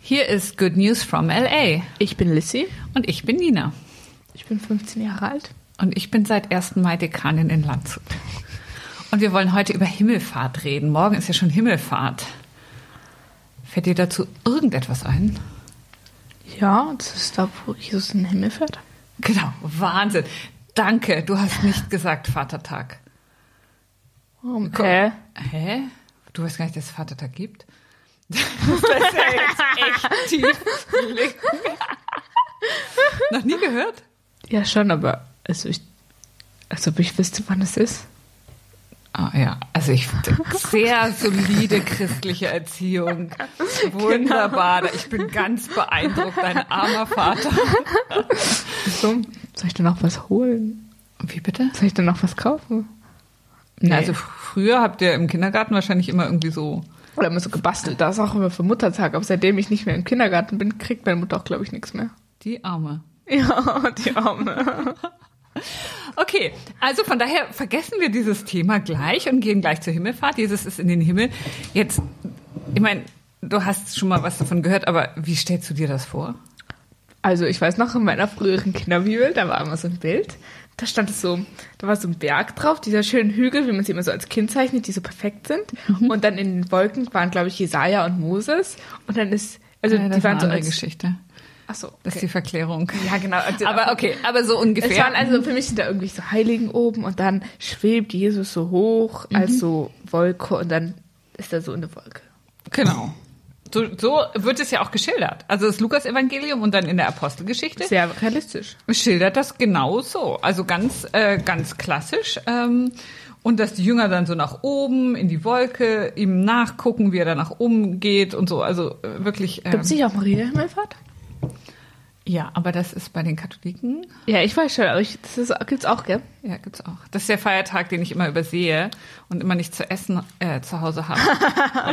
Hier ist Good News from LA. Ich bin Lissy. Und ich bin Nina. Ich bin 15 Jahre alt. Und ich bin seit 1. Mai Dekanin in Landshut. Und wir wollen heute über Himmelfahrt reden. Morgen ist ja schon Himmelfahrt. Fällt dir dazu irgendetwas ein? Ja, das ist da, wo Jesus in den Himmel fährt. Genau, Wahnsinn. Danke, du hast nicht gesagt Vatertag. Warum? Guck. Hä? Hä? Du weißt gar nicht, dass es Vatertag gibt? Das ist ja jetzt echt tief. gelegt. Noch nie gehört? Ja, schon, aber also ich, als ob ich wüsste, wann es ist. Ah ja, also ich finde, sehr solide christliche Erziehung. Genau. Wunderbar. Ich bin ganz beeindruckt, dein armer Vater. So. Soll ich dann auch was holen? Wie bitte? Soll ich dann auch was kaufen? Na, also fr- früher habt ihr im Kindergarten wahrscheinlich immer irgendwie so. Oder immer so gebastelt. Das ist auch immer für Muttertag. Aber seitdem ich nicht mehr im Kindergarten bin, kriegt meine Mutter auch, glaube ich, nichts mehr. Die Arme. Ja, die Arme. Okay, also von daher vergessen wir dieses Thema gleich und gehen gleich zur Himmelfahrt. Jesus ist in den Himmel. Jetzt, ich meine, du hast schon mal was davon gehört, aber wie stellst du dir das vor? Also ich weiß noch, in meiner früheren Kinderbibel, da war immer so ein Bild. Da stand es so, da war so ein Berg drauf, dieser schöne Hügel, wie man sie immer so als Kind zeichnet, die so perfekt sind. Mhm. Und dann in den Wolken waren, glaube ich, Jesaja und Moses. Und dann ist, also Ah Ja, Äh, das die ist eine waren so andere als, Geschichte. ach so, Das ist die okay. Verklärung. ja genau. Also, Aber okay, aber so ungefähr. es waren also für mich sind da irgendwie so Heiligen oben und dann schwebt Jesus so hoch Mhm. als so Wolke und dann ist da so eine Wolke. Genau. So, so wird es ja auch geschildert. Also das Lukas-Evangelium und dann in der Apostelgeschichte Sehr realistisch. schildert das genau so. Also ganz, äh, ganz klassisch. Ähm, und dass die Jünger dann so nach oben in die Wolke ihm nachgucken, wie er da nach oben geht und so. Also äh, wirklich. ähm, Gibt es nicht auch Maria Himmelfahrt? ja, aber das ist bei den Katholiken. Ja, ich weiß schon, aber ich, das ist, gibt's auch, gell? Ja, gibt's auch. Das ist der Feiertag, den ich immer übersehe und immer nicht zu essen äh, zu Hause habe.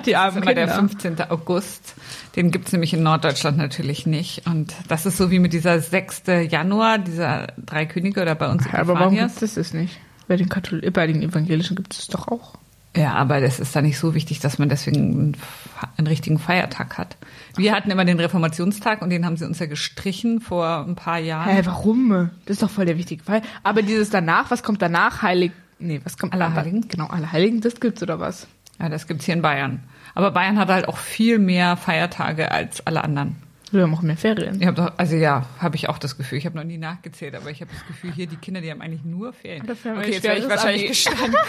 Die Das ist immer der 15. August. Den gibt's nämlich in Norddeutschland natürlich nicht. Und das ist so wie mit dieser 6. Januar, dieser Drei Könige oder bei uns Ja, aber warum Epiphanias. gibt es das nicht? Bei den, Kathol äh, bei den Evangelischen gibt es doch auch. Ja, aber das ist da nicht so wichtig, dass man deswegen einen, Fe- einen richtigen Feiertag hat. Wir hatten immer den Reformationstag und den haben sie uns ja gestrichen vor ein paar Jahren. Hä, warum? Das ist doch voll der wichtige Fall. Aber dieses danach, was kommt danach? Heilig. Nee, was kommt Allerheiligen? aber- Genau, Allerheiligen, das gibt's oder was? Ja, das gibt's hier in Bayern. Aber Bayern hat halt auch viel mehr Feiertage als alle anderen. Wir machen mehr Ferien. Ich hab doch, also ja, habe ich auch das Gefühl. Ich habe noch nie nachgezählt, aber ich habe das Gefühl, hier die Kinder, die haben eigentlich nur Ferien. Dafür haben wir okay, ein jetzt wäre ich schwereres wahrscheinlich Abi. gestanden.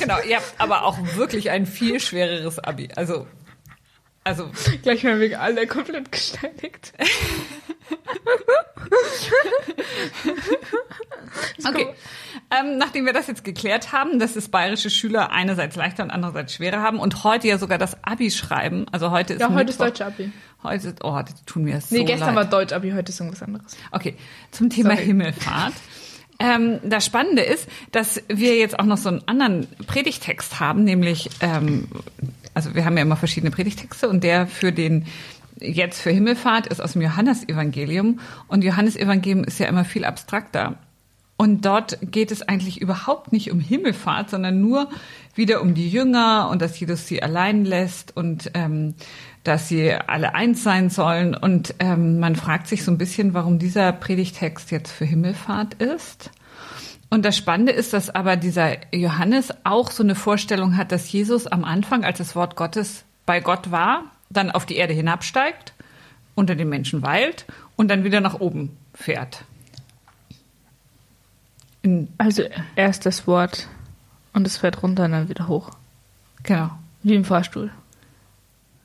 genau, ihr habt aber auch wirklich ein viel schwereres Abi. Also, also Gleich werden wir alle komplett gesteinigt. okay. Ähm, nachdem wir das jetzt geklärt haben, dass es bayerische Schüler einerseits leichter und andererseits schwerer haben und heute ja sogar das Abi schreiben. Also heute ist Ja, heute ist Mittwoch. Deutsch Abi. Heute ist, oh, das tun wir es Nee, so gestern leid. war Deutsch Abi, heute ist irgendwas anderes. Okay, zum Thema Sorry. Himmelfahrt. Ähm, das Spannende ist, dass wir jetzt auch noch so einen anderen Predigtext haben, nämlich, ähm, also wir haben ja immer verschiedene Predigtexte und der für den jetzt für Himmelfahrt ist aus dem Johannesevangelium und Johannesevangelium ist ja immer viel abstrakter. Und dort geht es eigentlich überhaupt nicht um Himmelfahrt, sondern nur wieder um die Jünger und dass Jesus sie allein lässt und ähm, dass sie alle eins sein sollen. Und ähm, man fragt sich so ein bisschen, warum dieser Predigtext jetzt für Himmelfahrt ist. Und das Spannende ist, dass aber dieser Johannes auch so eine Vorstellung hat, dass Jesus am Anfang, als das Wort Gottes bei Gott war, dann auf die Erde hinabsteigt, unter den Menschen weilt und dann wieder nach oben fährt. In Also erst das Wort und es fährt runter und dann wieder hoch. Genau. Wie im Fahrstuhl.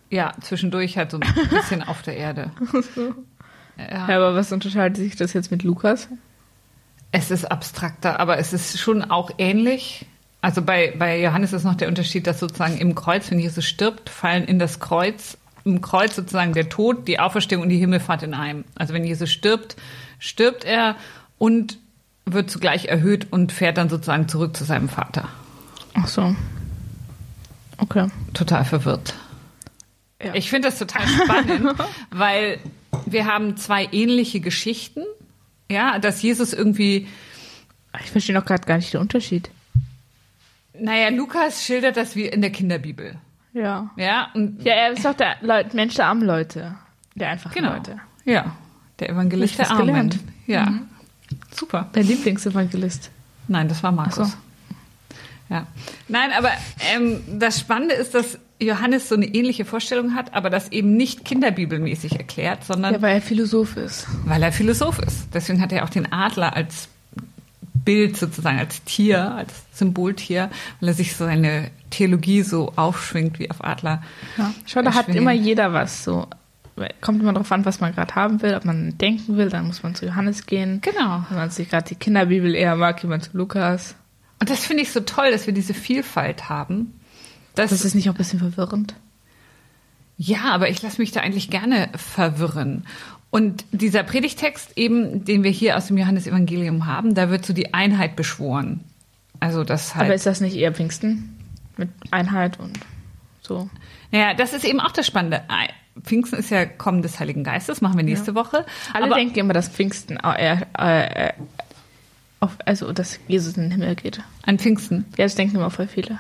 Ja, zwischendurch halt so ein bisschen auf der Erde. Ja, aber was unterscheidet sich das jetzt mit Lukas? Es ist abstrakter, aber es ist schon auch ähnlich. Also bei, bei Johannes ist noch der Unterschied, dass sozusagen im Kreuz, wenn Jesus stirbt, fallen in das Kreuz, im Kreuz sozusagen der Tod, die Auferstehung und die Himmelfahrt in einem. Also wenn Jesus stirbt, stirbt er und wird zugleich erhöht und fährt dann sozusagen zurück zu seinem Vater. Ach so. Okay. Total verwirrt. Ja. Ich finde das total spannend, weil wir haben zwei ähnliche Geschichten. Ja, dass Jesus irgendwie, Ich verstehe noch gerade gar nicht den Unterschied. naja, Lukas schildert das wie in der Kinderbibel. Ja. Ja, und Ja, er ist doch der Leut, Mensch der armen Leute. Der einfachen genau. Leute. Ja, der Evangelist Hab ich der was Armen. gelernt. Ja, Mhm. super. Dein Lieblingsevangelist. Nein, das war Ach so. Markus. Ja. Nein, aber ähm, das Spannende ist, dass Johannes so eine ähnliche Vorstellung hat, aber das eben nicht kinderbibelmäßig erklärt, sondern Ja, weil er Philosoph ist. weil er Philosoph ist. Deswegen hat er auch den Adler als Bild sozusagen, als Tier, als Symboltier, weil er sich so seine Theologie so aufschwingt wie auf Adler. Ja. Schau, da hat Schwingen. immer jeder was so. Kommt immer drauf an, was man gerade haben will, ob man denken will, dann muss man zu Johannes gehen. Genau. Wenn man sich gerade die Kinderbibel eher mag, geht man zu Lukas. Und das finde ich so toll, dass wir diese Vielfalt haben. Das, Halt. Das ist nicht auch ein bisschen verwirrend. Ja, aber ich lasse mich da eigentlich gerne verwirren. Und dieser Predigtext eben, den wir hier aus dem Johannesevangelium haben, da wird so die Einheit beschworen. Also das halt. Aber ist das nicht eher Pfingsten? Mit Einheit und so. naja, das ist eben auch das Spannende. Ei- Pfingsten ist ja Kommen des Heiligen Geistes, machen wir nächste Woche. Alle aber denken immer, dass Pfingsten auch eher, äh, äh, auf, also dass Jesus in den Himmel geht. an Pfingsten. Ja, das denken immer voll viele.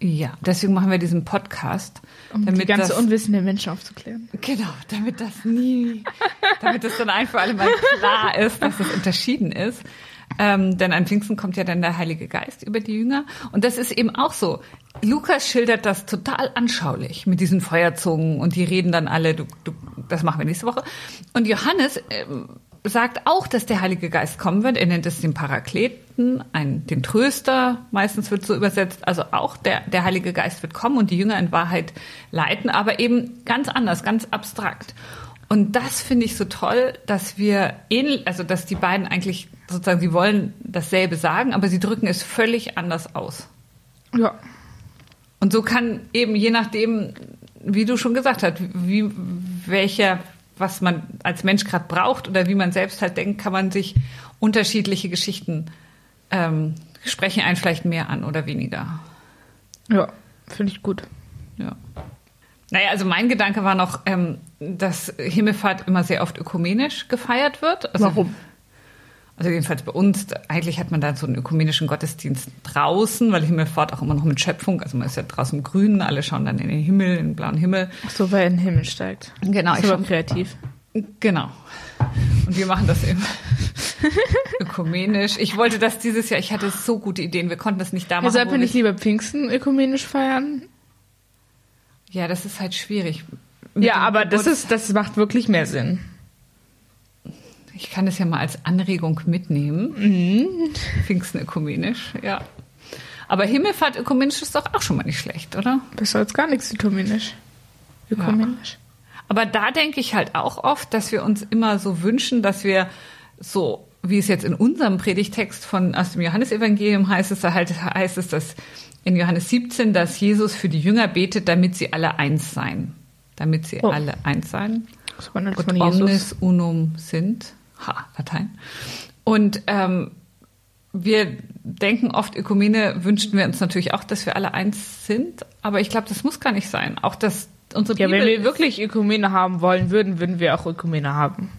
Ja, deswegen machen wir diesen Podcast, Um damit die ganze das unwissenden Menschen aufzuklären. Genau, damit das nie, damit das dann ein für alle Mal klar ist, dass es unterschieden ist. Ähm, denn an Pfingsten kommt ja dann der Heilige Geist über die Jünger. Und das ist eben auch so. Lukas schildert das total anschaulich mit diesen Feuerzungen und die reden dann alle, du, du, das machen wir nächste Woche. Und Johannes ähm, sagt auch, dass der Heilige Geist kommen wird. Er nennt es den Parakleten, einen, den Tröster, meistens wird so übersetzt. Also auch der, der Heilige Geist wird kommen und die Jünger in Wahrheit leiten, aber eben ganz anders, ganz abstrakt. Und das finde ich so toll, dass wir ähnlich, also dass die beiden eigentlich sozusagen, sie wollen dasselbe sagen, aber sie drücken es völlig anders aus. Ja. Und so kann eben je nachdem, wie du schon gesagt hast, wie welcher was man als Mensch gerade braucht oder wie man selbst halt denkt, kann man sich unterschiedliche Geschichten ähm, sprechen einen vielleicht mehr an oder weniger. Ja, finde ich gut. Ja. Naja, also mein Gedanke war noch, ähm, dass Himmelfahrt immer sehr oft ökumenisch gefeiert wird. Also Warum? Also jedenfalls bei uns, eigentlich hat man da so einen ökumenischen Gottesdienst draußen, weil Himmelfahrt auch immer noch mit Schöpfung, also man ist ja draußen im Grünen, alle schauen dann in den Himmel, in den blauen Himmel. Ach so, weil er in den Himmel steigt. Genau, Ist ich aber schon- kreativ. Genau. Und wir machen das eben ökumenisch. Ich wollte das dieses Jahr, ich hatte so gute Ideen, wir konnten das nicht da Ja, machen. sollten wo wir wir- nicht lieber Pfingsten ökumenisch feiern? ja, das ist halt schwierig. Mit Ja, dem aber das Geburt- ist, das macht wirklich mehr Sinn. Ich kann das ja mal als Anregung mitnehmen. Mhm. Pfingsten ökumenisch, ja. Aber Himmelfahrt ökumenisch ist doch auch schon mal nicht schlecht, oder? Besser als gar nichts ökumenisch. Ökumenisch. Aber da denke ich halt auch oft, dass wir uns immer so wünschen, dass wir so, wie es jetzt in unserem Predigtext von aus dem Johannesevangelium heißt es, da halt heißt es, dass in Johannes 17, dass Jesus für die Jünger betet, damit sie alle eins seien. Damit sie Oh. alle eins seien. Das war nicht Und von Jesus. omnis unum sind. Ha, Latein. Und ähm, wir denken oft, Ökumene wünschten wir uns natürlich auch, dass wir alle eins sind. Aber ich glaube, das muss gar nicht sein. Auch dass unsere Ja, Bibel wenn wir ist- wirklich Ökumene haben wollen würden, würden wir auch Ökumene haben.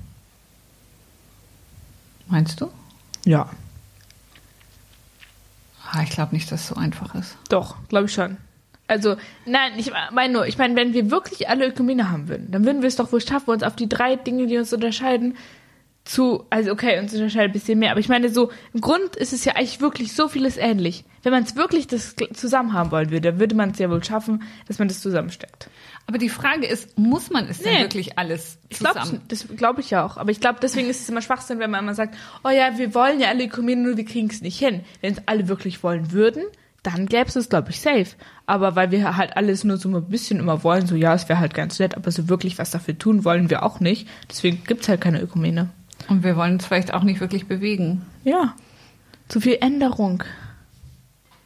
Meinst du? Ja. Ah, ich glaube nicht, dass es so einfach ist. Doch, glaube ich schon. Also, nein, ich meine nur, ich meine, wenn wir wirklich alle Ökumene haben würden, dann würden wir es doch wohl schaffen, uns auf die drei Dinge, die uns unterscheiden, zu, also okay, uns unterscheidet ein bisschen mehr, aber ich meine so, im Grund ist es ja eigentlich wirklich so vieles ähnlich. Wenn man es wirklich das gl- zusammen haben wollen würde, dann würde man es ja wohl schaffen, dass man das zusammensteckt. Aber die Frage ist, muss man es denn Nee. wirklich alles Ich glaub, zusammen? das glaube ich ja auch. Aber ich glaube, deswegen ist es immer Schwachsinn, wenn man immer sagt, oh ja, wir wollen ja alle Ökumene, nur wir kriegen es nicht hin. Wenn es alle wirklich wollen würden, dann gäbe es, glaube ich, safe. Aber weil wir halt alles nur so ein bisschen immer wollen, so ja, es wäre halt ganz nett, aber so wirklich was dafür tun wollen wir auch nicht. Deswegen gibt es halt keine Ökumene. Und wir wollen es vielleicht auch nicht wirklich bewegen. Ja. Zu viel Änderung.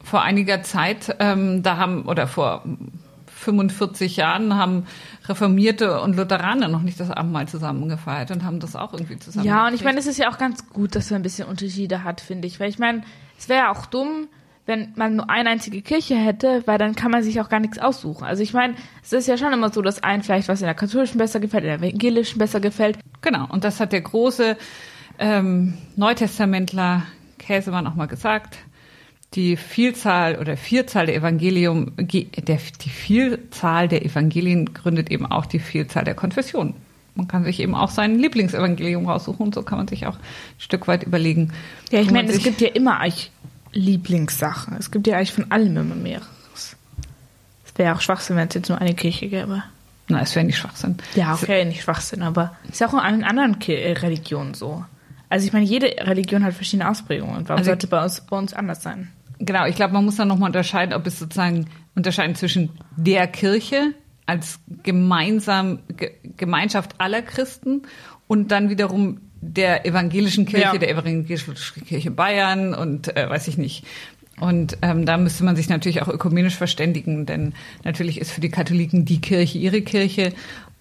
Vor einiger Zeit, ähm, da haben, oder vor 45 Jahren haben Reformierte und Lutheraner noch nicht das Abendmahl zusammengefeiert und haben das auch irgendwie zusammen. Ja, und ich meine, es ist ja auch ganz gut, dass man ein bisschen Unterschiede hat, finde ich. Weil ich meine, es wäre ja auch dumm, wenn man nur eine einzige Kirche hätte, weil dann kann man sich auch gar nichts aussuchen. Also ich meine, es ist ja schon immer so, dass einem vielleicht was in der katholischen besser gefällt, in der evangelischen besser gefällt. Genau, und das hat der große ähm, Neutestamentler Käsemann auch mal gesagt. die Vielzahl oder Vielzahl der Evangelium, ge- der, die Vielzahl der Evangelien gründet eben auch die Vielzahl der Konfessionen. Man kann sich eben auch sein Lieblingsevangelium raussuchen, so kann man sich auch ein Stück weit überlegen. Ja, ich wo man meine, es sich- gibt ja immer eigentlich Lieblingssachen. Es gibt ja eigentlich von allem immer mehreres. Es wäre ja auch Schwachsinn, wenn es jetzt nur eine Kirche gäbe. Na, es wäre nicht Schwachsinn. Ja, okay, nicht Schwachsinn, aber ist ja auch in allen anderen Ki- äh, Religionen so. Also ich meine, jede Religion hat verschiedene Ausprägungen. Warum Also- sollte bei uns, bei uns anders sein? Genau, ich glaube, man muss dann nochmal unterscheiden, ob es sozusagen unterscheiden zwischen der Kirche als gemeinsam, Ge Gemeinschaft aller Christen und dann wiederum der evangelischen Kirche, Ja. der evangelischen Kirche Bayern und äh, weiß ich nicht. Und ähm, da müsste man sich natürlich auch ökumenisch verständigen, denn natürlich ist für die Katholiken die Kirche ihre Kirche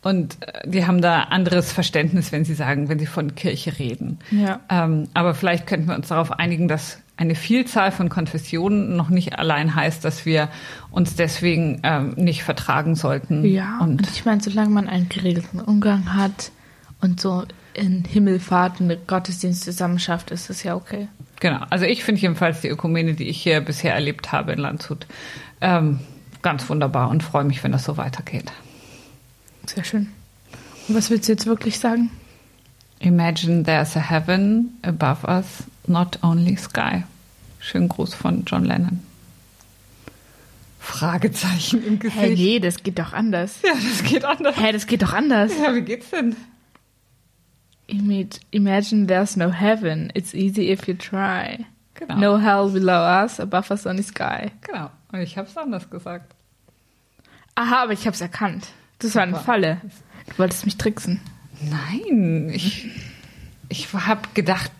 und äh, die haben da anderes Verständnis, wenn sie sagen, wenn sie von Kirche reden. Ja. Ähm, aber vielleicht könnten wir uns darauf einigen, dass eine Vielzahl von Konfessionen noch nicht allein heißt, dass wir uns deswegen ähm, nicht vertragen sollten. Ja, und, Und ich meine, solange man einen geregelten Umgang hat und so in Himmelfahrten Gottesdienst zusammen schafft, ist das ja okay. genau. Also ich finde jedenfalls die Ökumene, die ich hier bisher erlebt habe in Landshut, ähm, ganz wunderbar und freue mich, wenn das so weitergeht. Sehr schön. Und was willst du jetzt wirklich sagen? Imagine there's a heaven above us, not only sky. Schönen Gruß von John Lennon. Fragezeichen im Gesicht. Hey, nee, das geht doch anders. Ja, das geht anders. Hey, das geht doch anders. Ja, wie geht's denn? Imit- Imagine there's no heaven. It's easy if you try. Genau. No hell below us, above us only sky. Genau. Und ich habe es anders gesagt. Aha, aber ich hab's erkannt. Das war eine Super. Falle. Du wolltest mich tricksen. Nein, ich, ich habe gedacht,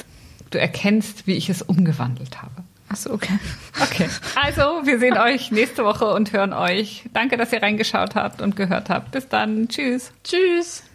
du erkennst, wie ich es umgewandelt habe. Achso, okay. Okay. Also, wir sehen euch nächste Woche und hören euch. Danke, dass ihr reingeschaut habt und gehört habt. Bis dann. Tschüss. Tschüss.